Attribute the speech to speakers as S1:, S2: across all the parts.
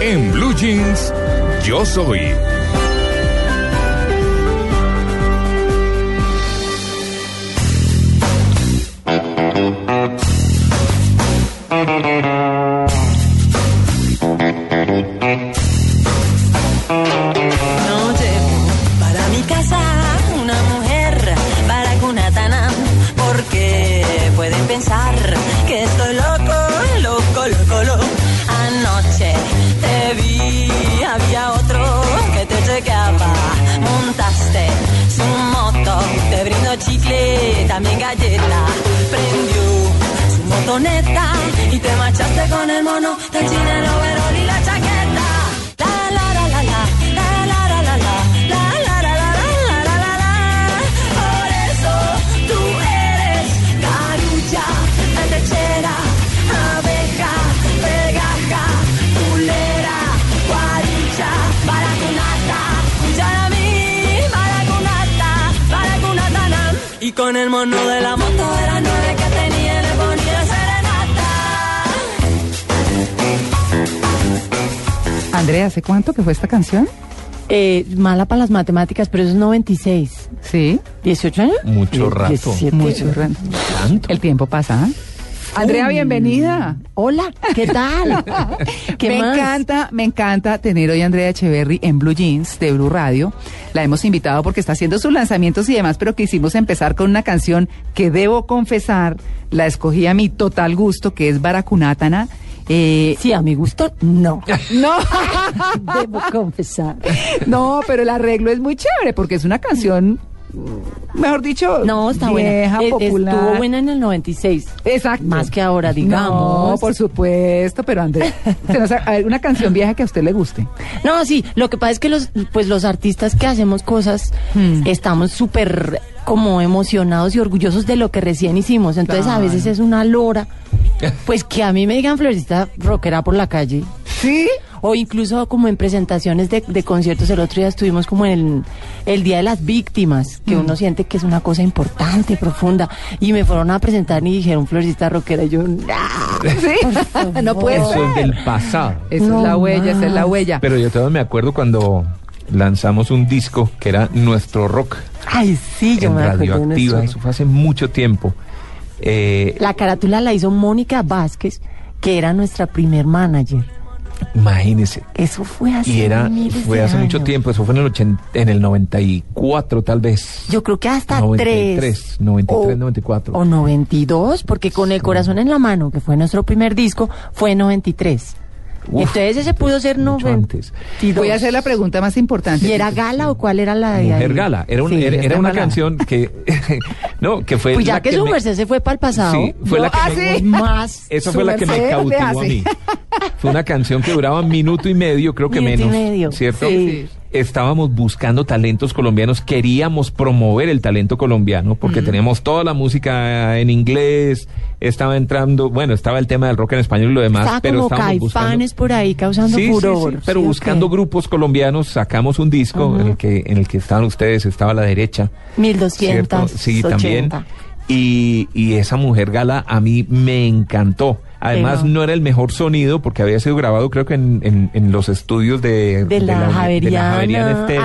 S1: En Blue Jeans, yo soy.
S2: No llevo para mi casa una mujer para cunatana, porque pueden pensar que estoy loco, loco, loco, loco. Anoche te vi, había otro que te llegaba, montaste su moto, te brindó chicle, también galleta, prendió su motoneta y te marchaste con el mono del chino, el overol y la chaqueta. La la la la la, la la la la la, la la la la la la la la. Por eso tú eres garulla, la lechera, abeja, pegaja, pulera, guaricha, baracunata, yarami, baracunata, baracunatanam. Y con el mono de la moto de las nueve que tenía le ponía serenata.
S3: Andrea, ¿hace cuánto que fue esta canción?
S4: Eh, mala para las matemáticas, pero eso es 96.
S3: Sí,
S4: ¿18 años?
S5: Mucho rato.
S4: 17.
S3: mucho rato.
S5: Tanto.
S3: El tiempo pasa. ¿eh? Andrea, bienvenida.
S4: Hola, ¿qué tal? ¿Qué
S3: me
S4: más?
S3: encanta, me encanta tener hoy a Andrea Echeverry en Blue Jeans de Blue Radio. La hemos invitado porque está haciendo sus lanzamientos y demás, pero quisimos empezar con una canción que debo confesar, la escogí a mi total gusto, que es Baracunátana. Eh,
S4: Sí, a mi gusto, no.
S3: No,
S4: Debo confesar.
S3: no, pero el arreglo es muy chévere porque es una canción, mm, mejor dicho,
S4: No, está
S3: vieja,
S4: buena. Eh,
S3: popular.
S4: Estuvo buena en el 96.
S3: Exacto.
S4: Más que ahora, digamos.
S3: No, por supuesto, pero Andrés, se nos ha- a ver, una canción vieja que a usted le guste.
S4: No, sí, lo que pasa es que los, pues los artistas que hacemos cosas
S3: Hmm.
S4: estamos súper como emocionados y orgullosos de lo que recién hicimos. Entonces a
S3: Claro.
S4: veces es una lora. Pues que a mí me digan florista rockera por la calle.
S3: ¿Sí?
S4: O incluso como en presentaciones de, de conciertos, el otro día estuvimos como en el, el Día de las Víctimas, que uno siente que es una cosa importante, profunda. Y me fueron a presentar y dijeron florista rockera. Y yo, "Ah".
S3: Sí. no puede
S4: Eso
S5: Eso es
S3: ser.
S5: del pasado.
S3: Esa es la
S4: No
S3: huella, esa es la
S4: más.
S3: huella.
S5: Pero yo todavía me acuerdo cuando lanzamos un disco que era nuestro rock
S4: Ay, sí, yo
S5: en
S4: me acuerdo. de una
S5: Radioactiva.
S4: historia.
S5: Eso fue hace mucho tiempo. Eh,
S4: La carátula la hizo Mónica Vázquez, que era nuestra primer manager.
S5: imagínese.
S4: Eso fue hace
S5: Y era,
S4: miles
S5: fue
S4: de
S5: hace mucho
S4: años.
S5: tiempo, eso fue en el, 80, en el 94 tal vez.
S4: Yo creo que hasta
S5: 93,
S4: tres. Oh,
S5: 93,
S4: o-
S5: 94.
S4: O 92, porque con El Corazón en la Mano, que fue nuestro primer disco, fue 93.
S5: Uf,
S4: Entonces ese pudo ser
S5: mucho
S4: 92.
S5: antes.
S3: Voy a hacer la pregunta más importante.
S4: ¿Y era gala o cuál era la de
S5: Mujer
S4: ahí?
S5: Gala, era, un-
S4: Sí,
S5: era,
S4: ya
S5: era
S4: está
S5: una
S4: embalada.
S5: canción que no, que fue
S4: Pues
S5: la
S4: ya que, su
S5: me-
S4: merced se fue para el pasado.
S5: Sí, fue la que
S3: Ah,
S5: me-
S3: sí.
S4: Más.
S5: Esa
S3: Su
S5: fue la que me
S3: merced le
S5: cautivó a
S3: hace.
S5: mí. Fue una canción que duraba minuto y medio, creo que
S4: Minuto y
S5: menos.
S4: medio,
S5: ¿Cierto?
S4: sí.
S5: Estábamos buscando talentos colombianos, queríamos promover el talento colombiano, porque teníamos toda la música en inglés, estaba entrando, bueno, estaba el tema del rock en español y lo demás,
S4: Estaba
S5: pero
S4: como
S5: estábamos buscando.
S4: caifanes por ahí causando
S5: Sí, sí,
S4: furor.
S5: sí, pero
S4: ¿sí o
S5: buscando
S4: qué?
S5: grupos colombianos sacamos un disco en el que en el que estaban ustedes, estaba a la derecha. ¿cierto?
S4: 1200.
S5: Sí, también. Y, y esa mujer gala a mí me encantó. Además,
S4: Pero-
S5: no era el mejor sonido porque había sido grabado, creo que en, en- en los estudios de,
S4: De la, Javeriana, a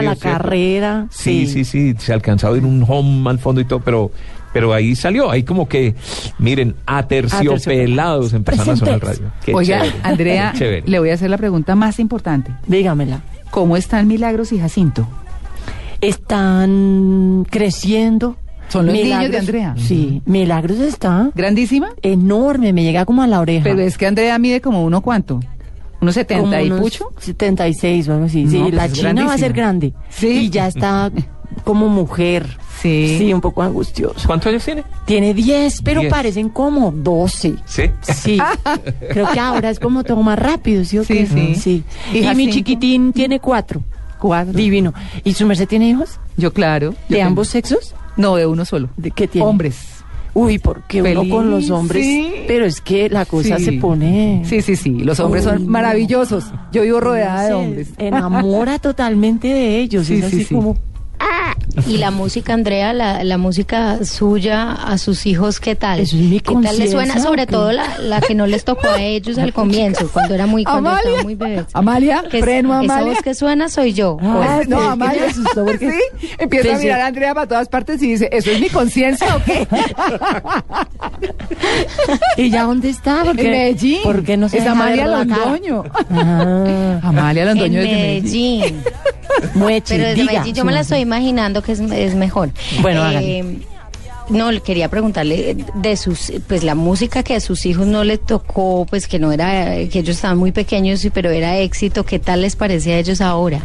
S4: la
S5: ¿cierto?
S4: carrera.
S5: Sí, sí, sí, Se alcanzaba a oír un home al fondo y todo, pero, pero ahí salió. Ahí como que, miren, aterciopelados
S4: Aterciopelados.
S5: empezaron a sonar el
S4: Presentes.
S5: radio. Qué
S3: Oiga,
S5: chévere,
S3: Andrea,
S5: qué chévere.
S3: le voy a hacer la pregunta más importante.
S4: Dígamela.
S3: ¿Cómo están Milagros y Jacinto?
S4: Están creciendo.
S3: Son los niños de Andrea.
S4: Sí, Milagros está
S3: ¿Grandísima?
S4: enorme, me llega como a la oreja.
S3: Pero es que Andrea mide como uno cuánto. ¿Unos 70
S4: Como
S3: y
S4: unos
S3: pucho?
S4: 76, bueno, sí. sí,
S3: No, pues
S4: la
S3: es
S4: china va a ser grande.
S3: grandísima. Sí.
S4: Y ya está como mujer.
S3: Sí.
S4: Sí, un poco angustioso.
S5: ¿Cuántos años tiene?
S4: Tiene 10, pero
S5: Diez.
S4: parecen como 12.
S5: Sí.
S4: Sí, creo que ahora es como todo más rápido, ¿sí o
S3: Sí,
S4: qué?
S3: sí. ¿Y
S4: Y, mi
S3: Jacinto?
S4: chiquitín tiene cuatro.
S3: Cuatro.
S4: Divino. ¿Y su merced tiene hijos?
S3: Yo, claro.
S4: ¿De
S3: Yo
S4: ambos sexos?
S3: tengo- No, de uno solo.
S4: ¿De qué tiene?
S3: Hombres.
S4: Uy, porque
S3: Feliz,
S4: uno con los hombres.
S3: sí.
S4: Pero es que la cosa
S3: Sí.
S4: se pone.
S3: Sí, sí, sí. Los hombres
S4: Uy,
S3: son
S4: no.
S3: maravillosos. Yo vivo rodeada de
S4: Se
S3: hombres.
S4: Enamora totalmente de ellos.
S3: Sí,
S4: es
S3: sí,
S4: así
S3: sí.
S4: como.
S6: Ah, Y la música, Andrea, la, la música suya a sus hijos, ¿qué tal?
S4: Eso es mi
S6: ¿Qué tal les suena?
S4: conciencia, ¿o
S6: Sobre
S4: qué?
S6: todo la, la que no les tocó a ellos al comienzo, cuando era muy, cuando estaban muy bebés.
S3: Amalia,
S6: Que es-
S3: freno
S6: esa
S3: Amalia.
S6: voz que suena soy yo.
S3: Ah, no, Amalia,
S4: me asustó porque-
S3: sí, empieza a
S4: Pensé-
S3: mirar a Andrea para todas partes y dice, ¿eso es mi conciencia o qué?
S4: ¿Y ya dónde está? Porque,
S3: En Medellín.
S4: ¿Por qué no se
S3: Es
S4: deja
S3: Amalia
S4: verlo acá?
S3: Londoño.
S4: Ah,
S3: Amalia
S6: En
S3: Londoño desde Medellín.
S6: Medellín.
S4: mueche,
S6: Pero desde
S4: diga.
S6: Medellín yo me la estoy imaginando que es, es mejor. Eh,
S4: Bueno,
S6: no, le quería preguntarle de sus, pues la música que a sus hijos no le tocó, pues que no era, que ellos estaban muy pequeños, y- pero era éxito. ¿Qué tal les parece a ellos ahora?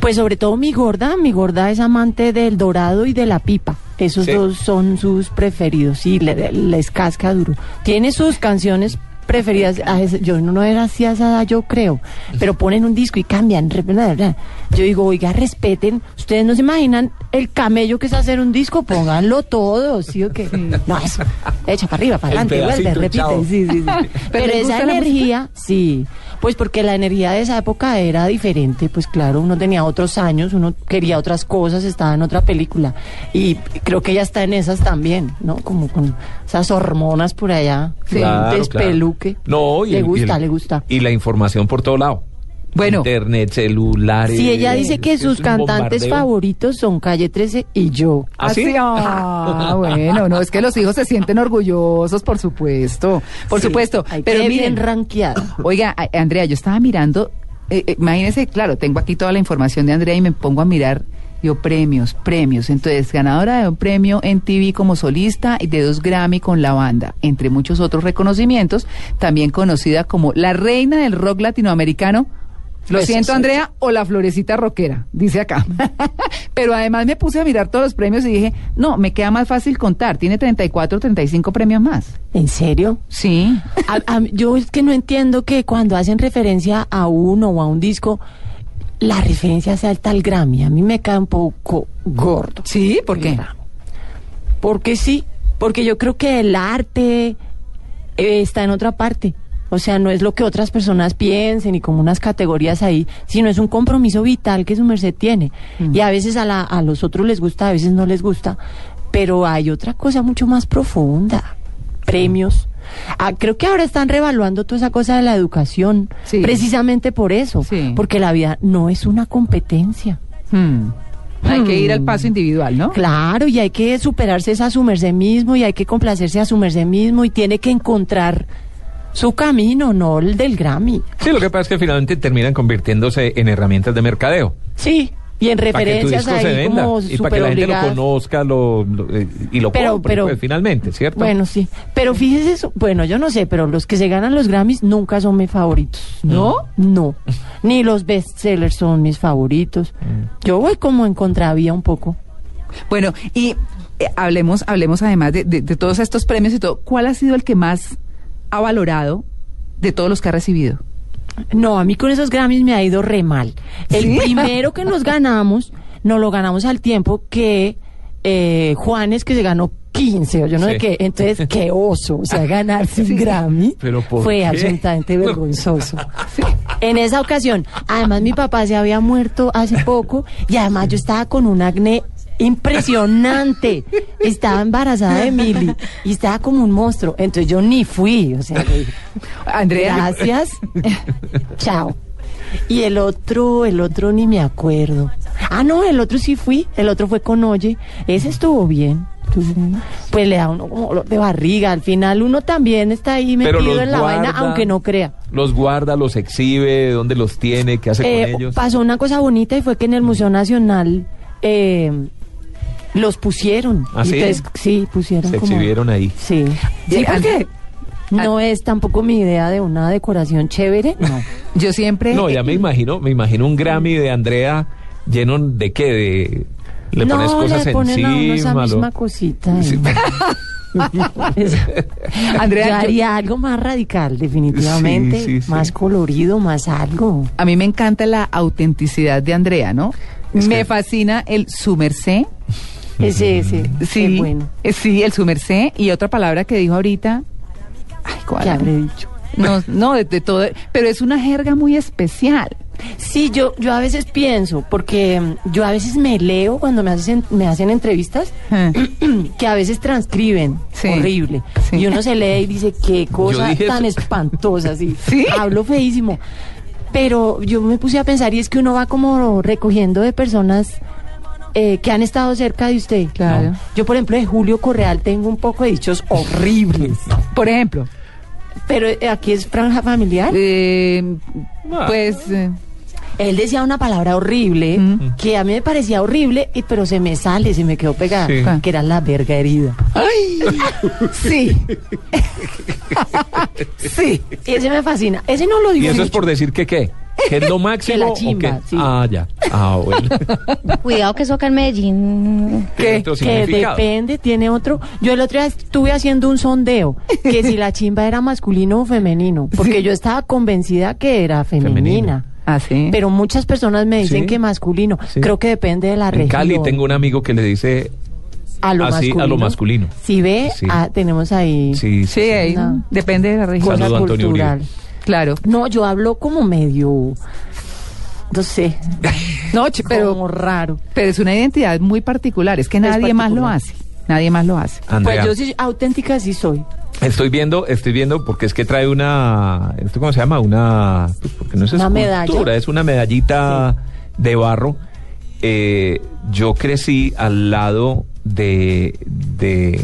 S4: Pues sobre todo mi gorda, mi gorda es amante del dorado y de la pipa. Esos
S5: Sí.
S4: dos son sus preferidos y le- les casca duro. Tiene sus canciones preferidas. A ese- Yo no era así a esa edad, yo creo. Pero ponen un disco y cambian. re- bla, bla, bla. Yo digo, oiga, respeten. Ustedes no se imaginan el camello que es hacer un disco. Pónganlo todo, ¿sí o qué? No, eso. Echa para arriba, para
S5: El
S4: adelante, vuelve,
S5: pedacito,
S4: repite.
S5: chao.
S4: Sí, sí, sí. Pero,
S3: ¿les
S4: esa
S3: gusta la música?
S4: energía, sí, pues porque la energía de esa época era diferente, pues claro, uno tenía otros años, uno quería otras cosas, estaba en otra película y creo que ella está en esas también, ¿no? Como con esas hormonas por allá,
S3: Sí.
S4: de un
S5: Claro,
S4: despeluque.
S5: claro. No, y
S4: le
S5: el- y
S4: gusta,
S5: el-
S4: le gusta.
S5: Y la información por todo lado.
S3: Bueno,
S5: Internet, celulares.
S4: Si ella dice que
S5: es
S4: sus
S5: un
S4: cantantes
S5: bombardeo.
S4: favoritos son Calle 13 y yo.
S5: ¿Así?
S3: Así, ah, bueno, no, es que los hijos se sienten orgullosos, por supuesto, por
S4: Sí,
S3: supuesto.
S4: hay
S3: Pero
S4: que
S3: miren,
S4: bien ranqueado.
S3: oiga, a- Andrea, yo estaba mirando, eh, eh, imagínense, claro, tengo aquí toda la información de Andrea y me pongo a mirar, yo premios, premios. Entonces, ganadora de un premio en TV como solista y de dos Grammy con la banda, entre muchos otros reconocimientos, también conocida como la reina del rock latinoamericano. Lo
S4: Eso
S3: siento,
S4: sí.
S3: Andrea, o la florecita rockera, dice acá. Pero además me puse a mirar todos los premios y dije, no, me queda más fácil contar. Tiene 34, 35 premios más.
S4: ¿En serio?
S3: Sí.
S4: A- a- yo es que no entiendo que cuando hacen referencia a uno o a un disco, la referencia sea el tal Grammy. A mí me cae un poco gordo.
S3: Sí, ¿por qué?
S4: Porque sí, porque yo creo que el arte eh, está en otra parte. O sea, no es lo que otras personas piensen y como unas categorías ahí, sino es un compromiso vital que su merced tiene.
S3: Mm.
S4: Y a veces a, la- a los otros les gusta, a veces no les gusta, pero hay otra cosa mucho más profunda. Premios. Ah, creo que ahora están revaluando toda esa cosa de la educación,
S3: Sí.
S4: precisamente por eso,
S3: Sí.
S4: porque la vida no es una competencia.
S3: Hmm. Hay que ir al
S4: Hmm.
S3: paso individual, ¿no?
S4: Claro, y hay que superarse es asumirse mismo y hay que complacerse a asumirse mismo y tiene que encontrar su camino, no el del Grammy.
S5: Sí, lo que pasa es que finalmente terminan convirtiéndose en herramientas de mercadeo.
S4: Sí, y en
S5: Para que tu
S4: referencias
S5: disco se
S4: ahí
S5: venda
S4: como
S5: y para que la gente lo
S4: superobligadas.
S5: conozca lo, lo- eh, y lo
S4: Pero-
S5: compre,
S4: pero-
S5: pues, finalmente, ¿cierto?
S4: Bueno, sí. Pero fíjese, eso, bueno, yo no sé, pero los que se ganan los Grammys nunca son mis favoritos. ¿No? No. Ni los bestsellers son mis favoritos.
S5: Mm.
S4: Yo voy como en contravía un poco.
S3: Bueno, y eh, hablemos, hablemos además de, de- de todos estos premios y todo. ¿Cuál ha sido el que más ha valorado de todos los que ha recibido?
S4: No, a mí con esos Grammys me ha ido re mal. El
S3: ¿Sí?
S4: primero que nos ganamos, nos lo ganamos al tiempo que eh, Juanes, que se ganó 15, o yo no
S5: Sí.
S4: sé qué. Entonces, qué oso. O sea, ganarse un Grammy
S5: ¿Pero por
S4: fue
S5: qué?
S4: absolutamente vergonzoso. En esa ocasión, además mi papá se había muerto hace poco y además yo estaba con un acné impresionante. Estaba embarazada de Mili y estaba como un monstruo. Entonces yo ni fui, o sea, yo dije,
S3: Andrea.
S4: Gracias. Chao. Y el otro, el otro ni me acuerdo. Ah, no, el otro sí fui. El otro fue con Oye. Ese estuvo bien. estuvo bien. Pues le da uno como dolor de barriga. Al final uno también está ahí
S5: Pero los
S4: metido en la vaina,
S5: guarda,
S4: aunque no crea.
S5: Los guarda, los exhibe, dónde los tiene, qué hace
S4: Eh,
S5: con ellos.
S4: pasó una cosa bonita y fue que en el Museo Nacional eh, los pusieron.
S5: ¿Ah, sí?
S4: Entonces, sí, pusieron
S5: Se
S4: como-
S5: exhibieron ahí.
S4: Sí.
S3: Sí,
S4: ¿por
S3: Andrea,
S4: qué? No es tampoco mi idea de una decoración chévere, no.
S3: Yo siempre. eh,
S5: No, ya me imagino, me imagino un Grammy de Andrea lleno de qué, de le
S4: no,
S5: pones cosas
S4: le ponen
S5: encima.
S4: a uno esa
S5: lo-
S4: misma cosita. ahí.
S5: Sí.
S3: Andrea,
S4: yo
S3: yo-
S4: haría algo más radical, definitivamente,
S5: Sí, sí, sí.
S4: más colorido, más algo.
S3: A mí me encanta la autenticidad de Andrea, ¿no?
S5: Es
S3: me
S5: que-
S3: fascina el sumercé.
S4: Ese, ese,
S3: Sí,
S4: qué bueno.
S3: eh, sí, el sumercé. Y otra palabra que dijo ahorita. Ay, ¿cuál?
S4: ¿Qué habré dicho?
S3: No, no, de, de todo. Pero es una jerga muy especial.
S4: Sí, yo, yo a veces pienso, porque mm, yo a veces me leo cuando me hacen, me hacen entrevistas,
S3: Ah.
S4: que a veces transcriben,
S3: Sí.
S4: horrible.
S3: Sí.
S4: Y uno se lee y dice, qué cosa
S5: dije
S4: tan
S5: eso.
S4: espantosa, sí.
S3: ¿Sí?
S4: Hablo feísimo. Pero yo me puse a pensar, y es que uno va como recogiendo de personas eh, que han estado cerca de usted.
S3: Claro.
S4: Yo, por ejemplo, de Julio Correal tengo un poco de dichos horribles.
S3: Por ejemplo,
S4: Pero eh, aquí es franja familiar.
S3: eh,
S5: Ah.
S3: pues eh,
S4: Él decía una palabra horrible
S3: Mm.
S4: que a mí me parecía horrible, y- pero se me sale, se me quedó pegada,
S5: Sí.
S4: que era la verga herida.
S3: sí. sí.
S4: Ese me fascina. Ese no lo digo.
S5: Y eso es
S4: mucho.
S5: por decir que qué. ¿Que es lo máximo?
S4: la
S5: o
S4: chimba,
S5: qué?
S4: sí.
S5: Ah, ya. Ah, bueno.
S6: Cuidado que eso acá en Medellín.
S5: Tiene
S3: ¿Qué?
S5: otro
S4: Que
S5: significado.
S4: depende, tiene otro. Yo el otro día estuve haciendo un sondeo que si la chimba era masculino o femenino, porque yo estaba convencida que era femenina.
S5: Femenino.
S3: Ah, sí.
S4: Pero muchas personas me dicen
S5: Sí.
S4: que masculino.
S5: Sí.
S4: Creo que depende de la
S5: En
S4: región.
S5: Cali tengo un amigo que le dice
S4: a lo
S5: así
S4: masculino.
S5: a lo masculino.
S4: Si ve,
S5: Sí.
S4: ah, tenemos ahí
S5: Sí, sí,
S3: sí,
S5: sí.
S3: ahí
S4: No.
S3: depende de la región.
S4: cosa
S5: Saludo a Antonio Uribe.
S4: cultural.
S3: Claro.
S4: No, yo hablo como medio. No sé,
S3: No, ch-
S4: como
S3: pero,
S4: raro.
S3: pero es una identidad muy particular. Es que nadie más lo
S4: particular.
S3: hace. Nadie más lo hace.
S5: Andrea,
S4: Pues yo sí, auténtica sí soy.
S5: estoy viendo, estoy viendo, porque es que trae una, ¿esto cómo se llama? Una, pues, porque no es
S4: Una
S5: escultura,
S4: medalla.
S5: es una medallita de barro. Eh, yo crecí al lado de, de,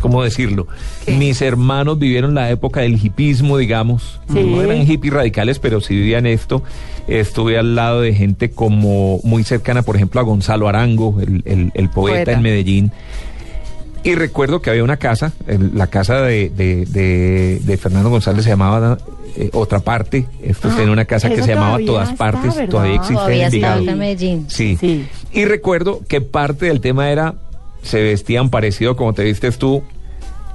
S5: ¿cómo decirlo? Mis hermanos vivieron la época del hipismo, digamos.
S4: Sí.
S5: No eran hippies radicales, pero sí vivían esto. Estuve al lado de gente como muy cercana, por ejemplo, a Gonzalo Arango, el, el- el
S3: Poeta.
S5: poeta en Medellín. Y recuerdo que había una casa, el- la casa de, de- de- de Fernando González se llamaba eh, Otra Parte. Esto
S4: Ah,
S5: tenía una casa que
S4: eso
S5: se llamaba
S4: todavía
S5: Todas
S4: está,
S5: Partes,
S4: ¿verdad?
S5: todavía existe
S3: eh,
S6: Todavía
S5: en
S6: está
S5: Envigado.
S6: acá en Medellín.
S5: Sí.
S4: Sí.
S5: Y recuerdo que parte del tema era, se vestían parecido como te vistes tú,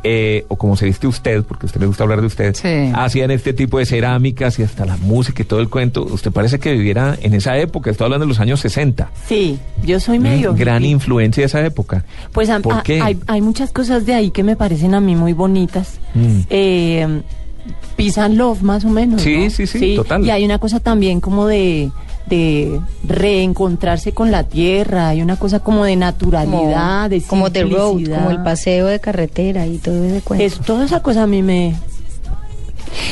S5: eh, o como se viste usted, porque a usted le gusta hablar de usted.
S3: Sí.
S5: Hacían este tipo de cerámicas y hasta la música y todo el cuento. Usted parece que viviera en esa época, estoy hablando de los años 60.
S4: Sí, yo soy medio.
S5: Mm, Gran
S4: hippie.
S5: influencia de esa época.
S4: Pues a-
S5: ¿Por
S4: a-
S5: qué?
S4: Hay, hay muchas cosas de ahí que me parecen a mí muy bonitas.
S5: Mm.
S4: Eh, peace and love, más o menos.
S5: Sí,
S4: ¿no?
S5: sí, sí, total.
S4: Y hay una cosa también como de, de reencontrarse con la tierra, hay una cosa como de naturalidad, de
S6: como The Road,
S4: simplicidad.
S6: como el paseo de carretera y todo ese cuento.
S4: Es, toda esa cosa a mí me...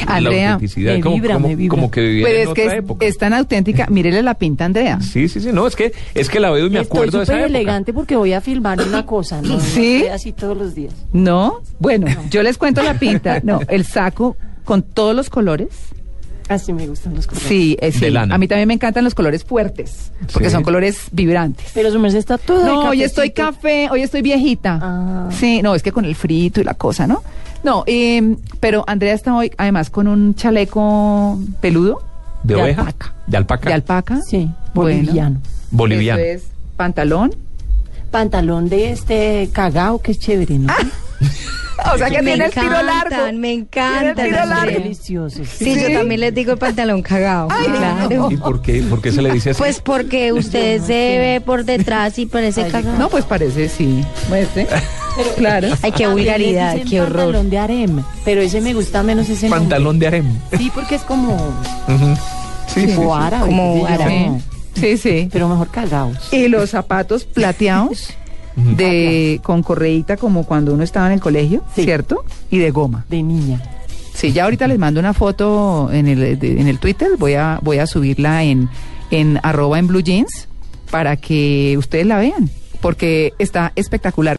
S5: la
S3: Andrea,
S5: autenticidad,
S4: me
S5: como,
S4: vibra,
S5: como-
S4: me vibra.
S5: como que vivía
S3: pero Pues
S5: en
S3: es
S5: otra
S3: que es,
S5: época.
S3: es tan auténtica. Mírele la pinta, Andrea.
S5: Sí, sí, sí, no, es que, es que la veo y me
S4: Estoy
S5: acuerdo de esa
S4: súper
S5: época.
S4: elegante porque voy a filmar una cosa, ¿no?
S3: Sí.
S4: Estoy así todos los días.
S3: ¿No? Bueno, yo les cuento la pinta. No, el saco con todos los colores.
S4: Así me gustan los colores.
S3: Sí, eh, sí.
S5: De lana.
S3: A mí también me encantan los colores fuertes, porque
S5: Sí.
S3: son colores vibrantes.
S4: Pero su merced está toda de
S3: No, hoy estoy
S4: cafecito.
S3: café, hoy estoy viejita.
S4: Ah.
S3: Sí, no, es que con el frito y la cosa, ¿no? No, eh, pero Andrea está hoy además con un chaleco peludo
S5: ¿De,
S4: De
S5: oveja?
S4: alpaca.
S5: ¿De alpaca?
S3: de alpaca.
S4: Sí,
S3: Bueno.
S4: boliviano.
S5: Boliviano.
S3: Eso es pantalón.
S4: Pantalón de este cagao que es chévere, ¿no?
S3: O sea que
S6: me
S3: tiene el
S6: encantan,
S3: tiro largo.
S6: me
S3: Tiene el
S6: encantan.
S3: tiro
S6: las
S3: largo.
S6: mujeres.
S4: Delicioso.
S6: Sí, yo también les digo el pantalón cagado. claro.
S5: ¿Y por qué, por qué se le dice así?
S6: Pues porque usted se ve por detrás y parece cagado.
S3: No, pues parece, sí. Muestre. claro.
S6: Ay, qué
S4: También le
S6: vulgaridad,
S4: dicen
S6: qué horror.
S4: Pantalón de harem, pero ese me gusta menos ese nombre.
S5: Pantalón de harem.
S4: Sí, porque es como
S5: Ujú. Sí, sí, sí.
S4: tipo árabe.
S6: Como
S4: qué sé yo.
S6: árabe.
S3: Sí, sí.
S4: Pero mejor cagaos.
S3: Y los zapatos plateados de con correíta como cuando uno estaba en el colegio,
S4: Sí.
S3: ¿cierto? Y de goma.
S4: De niña.
S3: Sí, ya ahorita les mando una foto en el, de- en el Twitter, voy a, voy a subirla en, en arroba en blue jeans para que ustedes la vean, porque está espectacular.